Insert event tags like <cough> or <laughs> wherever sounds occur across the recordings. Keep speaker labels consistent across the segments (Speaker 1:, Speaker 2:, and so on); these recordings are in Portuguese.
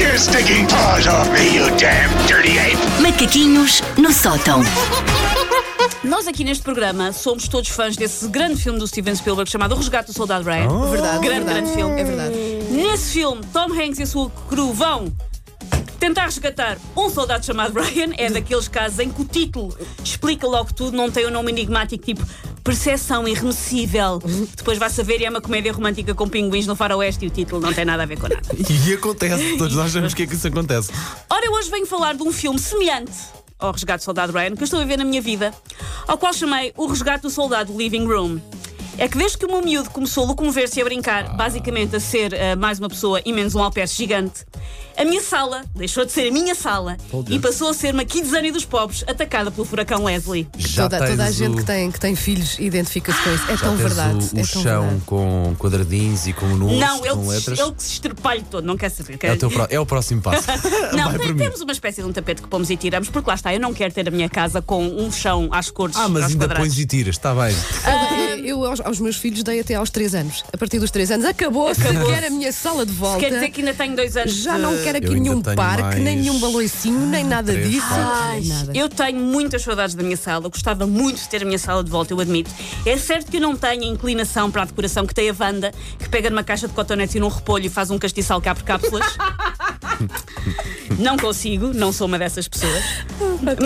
Speaker 1: your stinking paws off me, you damn dirty ape!
Speaker 2: Macaquinhos no sótão.
Speaker 3: Nós aqui neste programa somos todos fãs desse grande filme do Steven Spielberg chamado O Resgate do Soldado Ryan.
Speaker 4: Verdade.
Speaker 3: Grande,
Speaker 4: verdade.
Speaker 3: grande filme.
Speaker 4: É verdade.
Speaker 3: Nesse filme, Tom Hanks e a sua crew vão tentar resgatar um soldado chamado Ryan. É daqueles casos em que o título explica logo tudo, não tem o um nome enigmático tipo Perseção Irremessível. Depois vai saber e é uma comédia romântica com pinguins no faroeste e o título não tem nada a ver com nada.
Speaker 4: E <laughs> acontece, todos nós sabemos que é que isso acontece.
Speaker 3: Ora, eu hoje venho falar de um filme semelhante ao Resgate do Soldado Ryan que eu estou a ver na minha vida, ao qual chamei O Resgate do Soldado Living Room. É que desde que o meu miúdo começou a locomover-se e a brincar, basicamente a ser ah, mais uma pessoa e menos um alpeste gigante, a minha sala deixou de ser a minha sala
Speaker 4: Oh,
Speaker 3: e passou a ser uma kidzania dos pobres atacada pelo furacão Leslie.
Speaker 4: Já
Speaker 5: Toda, toda a
Speaker 4: tens
Speaker 5: gente
Speaker 4: o-
Speaker 5: que, tem, que tem filhos identifica-se com isso. É
Speaker 4: já
Speaker 5: tão
Speaker 4: tens
Speaker 5: verdade.
Speaker 4: O, o
Speaker 5: é tão
Speaker 4: chão
Speaker 5: verdade.
Speaker 4: com quadradinhos e com números,
Speaker 3: não, ele,
Speaker 4: com
Speaker 3: que se-
Speaker 4: letras.
Speaker 3: ele que se estrepalhe todo, não quer saber.
Speaker 4: É,
Speaker 3: Quer...
Speaker 4: o teu pro- é o
Speaker 3: <laughs>
Speaker 4: próximo passo. Ah,
Speaker 3: não,
Speaker 4: Vai
Speaker 3: tem-
Speaker 4: por mim.
Speaker 3: temos uma espécie de um tapete que pomos e tiramos, porque lá está, eu não quero ter a minha casa com um chão às cores.
Speaker 4: Ah, mas
Speaker 3: aos
Speaker 4: ainda
Speaker 3: quadrados.
Speaker 4: pões e tiras, está bem.
Speaker 5: Ah, Agora, Eu aos, aos meus filhos dei até aos 3 anos. A partir dos 3 anos acabou-se.
Speaker 3: Acabou-se.
Speaker 5: Quero a minha sala de volta.
Speaker 3: Quer dizer que ainda tenho dois anos
Speaker 5: Já
Speaker 3: de-
Speaker 5: não
Speaker 4: Eu
Speaker 5: quero aqui
Speaker 4: ainda
Speaker 5: nenhum
Speaker 4: tenho
Speaker 5: parque, nem
Speaker 4: mais
Speaker 5: nenhum balancinho, nem nada
Speaker 4: três,
Speaker 5: disso.
Speaker 4: quatro.
Speaker 5: nada.
Speaker 3: Eu tenho muitas saudades da minha sala, eu gostava muito de ter a minha sala de volta, eu admito. É certo que eu não tenho a inclinação para a decoração que tem a Wanda, que pega numa caixa de cotonetes e num repolho e faz um castiçal cá por
Speaker 5: <laughs>
Speaker 3: cápsulas. não consigo, não sou uma dessas pessoas.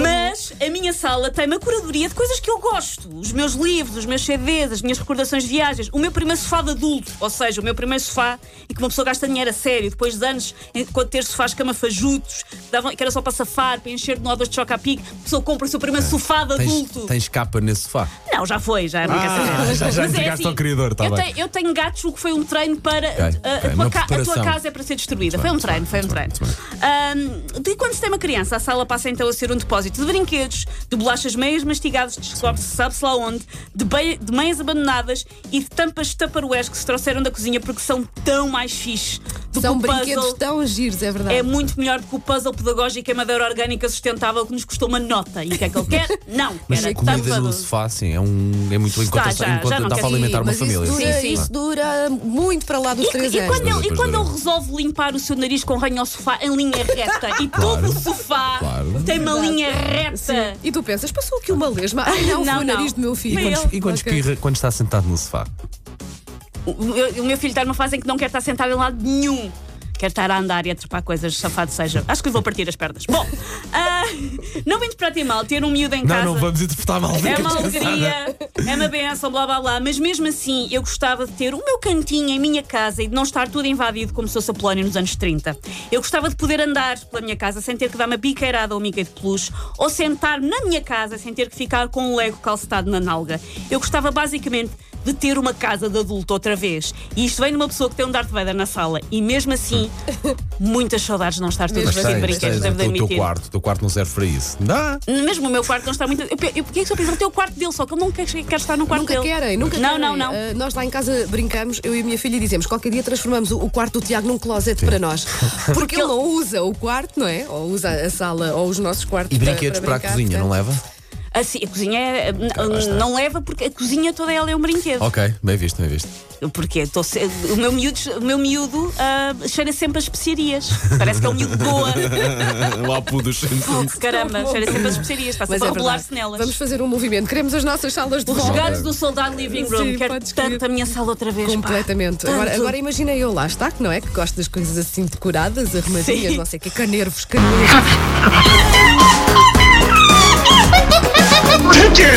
Speaker 3: Mas a minha sala tem uma curadoria de coisas que eu gosto. Os meus livros, os meus CDs, as minhas recordações de viagens, o meu primeiro sofá de adulto, ou seja, o meu primeiro sofá em que uma pessoa gasta dinheiro a sério, depois de anos, em- quando ter sofás camafajutos, que, davam- que era só para safar, para encher de nódoas de choca a pique, a pessoa compra o seu primeiro sofá de
Speaker 4: É. Tens,
Speaker 3: adulto.
Speaker 4: tens capa nesse sofá.
Speaker 3: Não, já foi, já é não quero
Speaker 4: Ah,
Speaker 3: saber.
Speaker 4: já- já
Speaker 3: Mas é assim,
Speaker 4: entregaste ao criador, tá
Speaker 3: eu,
Speaker 4: bem.
Speaker 3: tenho, eu tenho gatos, o que foi um treino para.
Speaker 4: Ok,
Speaker 3: a- a,
Speaker 4: ok,
Speaker 3: tua
Speaker 4: uma
Speaker 3: ca- a tua
Speaker 4: preparação.
Speaker 3: casa é para ser destruída.
Speaker 4: Muito
Speaker 3: foi um
Speaker 4: bem,
Speaker 3: treino,
Speaker 4: muito
Speaker 3: foi um
Speaker 4: bem,
Speaker 3: treino.
Speaker 4: muito bem,
Speaker 3: Ahm, de quando se tem uma criança, a sala passa então a ser um depósito de brinquedos, de bolachas meias mastigadas, de descobre sabe-se lá onde, de, be- de meias abandonadas e de tampas de taparués que se trouxeram da cozinha porque são tão mais fixe do
Speaker 5: São
Speaker 3: que o
Speaker 5: brinquedos
Speaker 3: puzzle.
Speaker 5: tão giros, um é verdade.
Speaker 3: É muito melhor do que o puzzle pedagógico em madeira orgânica sustentável que nos custou uma nota. E o que é que ele
Speaker 4: <laughs>
Speaker 3: quer? Não,
Speaker 4: Mas
Speaker 3: era
Speaker 4: comida
Speaker 3: tampa
Speaker 4: no
Speaker 3: do-
Speaker 4: sofá, sim, é, um, é muito enquanto,
Speaker 3: já- já
Speaker 4: enquanto
Speaker 3: não
Speaker 4: dá
Speaker 3: quero-
Speaker 4: para alimentar uma
Speaker 5: mas
Speaker 4: família.
Speaker 5: Isso dura,
Speaker 3: é
Speaker 4: sim, sim.
Speaker 5: isso dura muito para lá dos
Speaker 3: E,
Speaker 5: 3
Speaker 3: e
Speaker 5: anos.
Speaker 3: quando, ele, e
Speaker 4: Pois
Speaker 3: quando
Speaker 4: é.
Speaker 3: ele resolve limpar o seu nariz com ranho ao sofá em linha reta, e todo o sofá
Speaker 4: claro.
Speaker 3: tem uma linha reta.
Speaker 5: E tu pensas, passou aqui uma lesma. Ai, <laughs>
Speaker 3: Não,
Speaker 5: não, foi o
Speaker 3: não.
Speaker 5: nariz do meu filho.
Speaker 3: E quando-
Speaker 5: Ele-
Speaker 4: E quando
Speaker 5: Ok.
Speaker 4: espirra, quando está sentado no sofá.
Speaker 3: O, o- o meu filho está numa fase em que não quer estar sentado em lado nenhum. Quer estar a andar e a trepar coisas, safado seja. Acho que lhe vou partir as pernas. Bom, <laughs> ah, não me interpretem mal, ter um miúdo em
Speaker 4: Não,
Speaker 3: casa.
Speaker 4: não vamos interpretar mal.
Speaker 3: É
Speaker 4: fica
Speaker 3: uma
Speaker 4: descansada.
Speaker 3: alegria, é uma benção, blá blá blá. Mas mesmo assim, eu gostava de ter o meu cantinho em minha casa e de não estar tudo invadido como se fosse a Polónia nos anos 30. Eu gostava de poder andar pela minha casa sem ter que dar uma biqueirada ou mica de peluche ou sentar-me na minha casa sem ter que ficar com um lego calcetado na nalga. Eu gostava basicamente de ter uma casa de adulto outra vez. E isto vem de uma pessoa que tem um Darth Vader na sala. E mesmo assim, muitas saudades de não estar tudo
Speaker 4: Mas
Speaker 5: Mas
Speaker 3: vestido de
Speaker 4: tens,
Speaker 3: brinquedos,
Speaker 4: tens,
Speaker 3: devo
Speaker 4: o teu
Speaker 3: admitir.
Speaker 4: quarto, o teu quarto não serve para isso. Dá!
Speaker 3: Mesmo o meu quarto não está muito. Eu, eu, porque é que só pensa? Tem o quarto dele, só que ele não quer, quer estar no quarto
Speaker 5: Nunca
Speaker 3: dele.
Speaker 5: querem, nunca
Speaker 3: não,
Speaker 5: querem.
Speaker 3: Não, não,
Speaker 5: Ah, nós lá em casa brincamos, eu e a minha filha dizemos: qualquer dia transformamos o, o quarto do Tiago num closet
Speaker 4: <laughs>
Speaker 5: para nós. Porque ele não usa o quarto, não é? Ou usa a sala ou os nossos quartos.
Speaker 4: E brinquedos para, a
Speaker 5: brincar,
Speaker 4: cozinha, não é?
Speaker 5: portanto.
Speaker 4: leva?
Speaker 3: Assim, a cozinha é-
Speaker 4: Ah, lá está.
Speaker 3: não leva porque a cozinha toda ela é um brinquedo.
Speaker 4: Ok, bem visto, bem visto.
Speaker 3: Porque tô se- o meu miúdo, o meu miúdo ah, cheira sempre a especiarias. Parece que é um miúdo de
Speaker 4: <laughs>
Speaker 3: Goa.
Speaker 4: Lá pudos.
Speaker 3: Caramba, cheira sempre a especiarias. Está
Speaker 5: Mas
Speaker 3: sempre a
Speaker 5: é
Speaker 3: rebelar-se
Speaker 5: verdade.
Speaker 3: nelas.
Speaker 5: Vamos fazer um movimento. Queremos as nossas salas de
Speaker 3: Os
Speaker 5: volta.
Speaker 3: gatos do Soldado Living Room.
Speaker 5: Sim,
Speaker 3: Quero
Speaker 5: podes
Speaker 3: tanto
Speaker 5: crer.
Speaker 3: a minha sala outra vez. pá.
Speaker 5: Completamente. Agora,
Speaker 3: Tanto.
Speaker 5: agora imagina eu lá está, que não é? Que gosto das coisas assim decoradas, arrumadinhas,
Speaker 3: Sim.
Speaker 5: não sei o que, canervos, canervos.
Speaker 1: Take your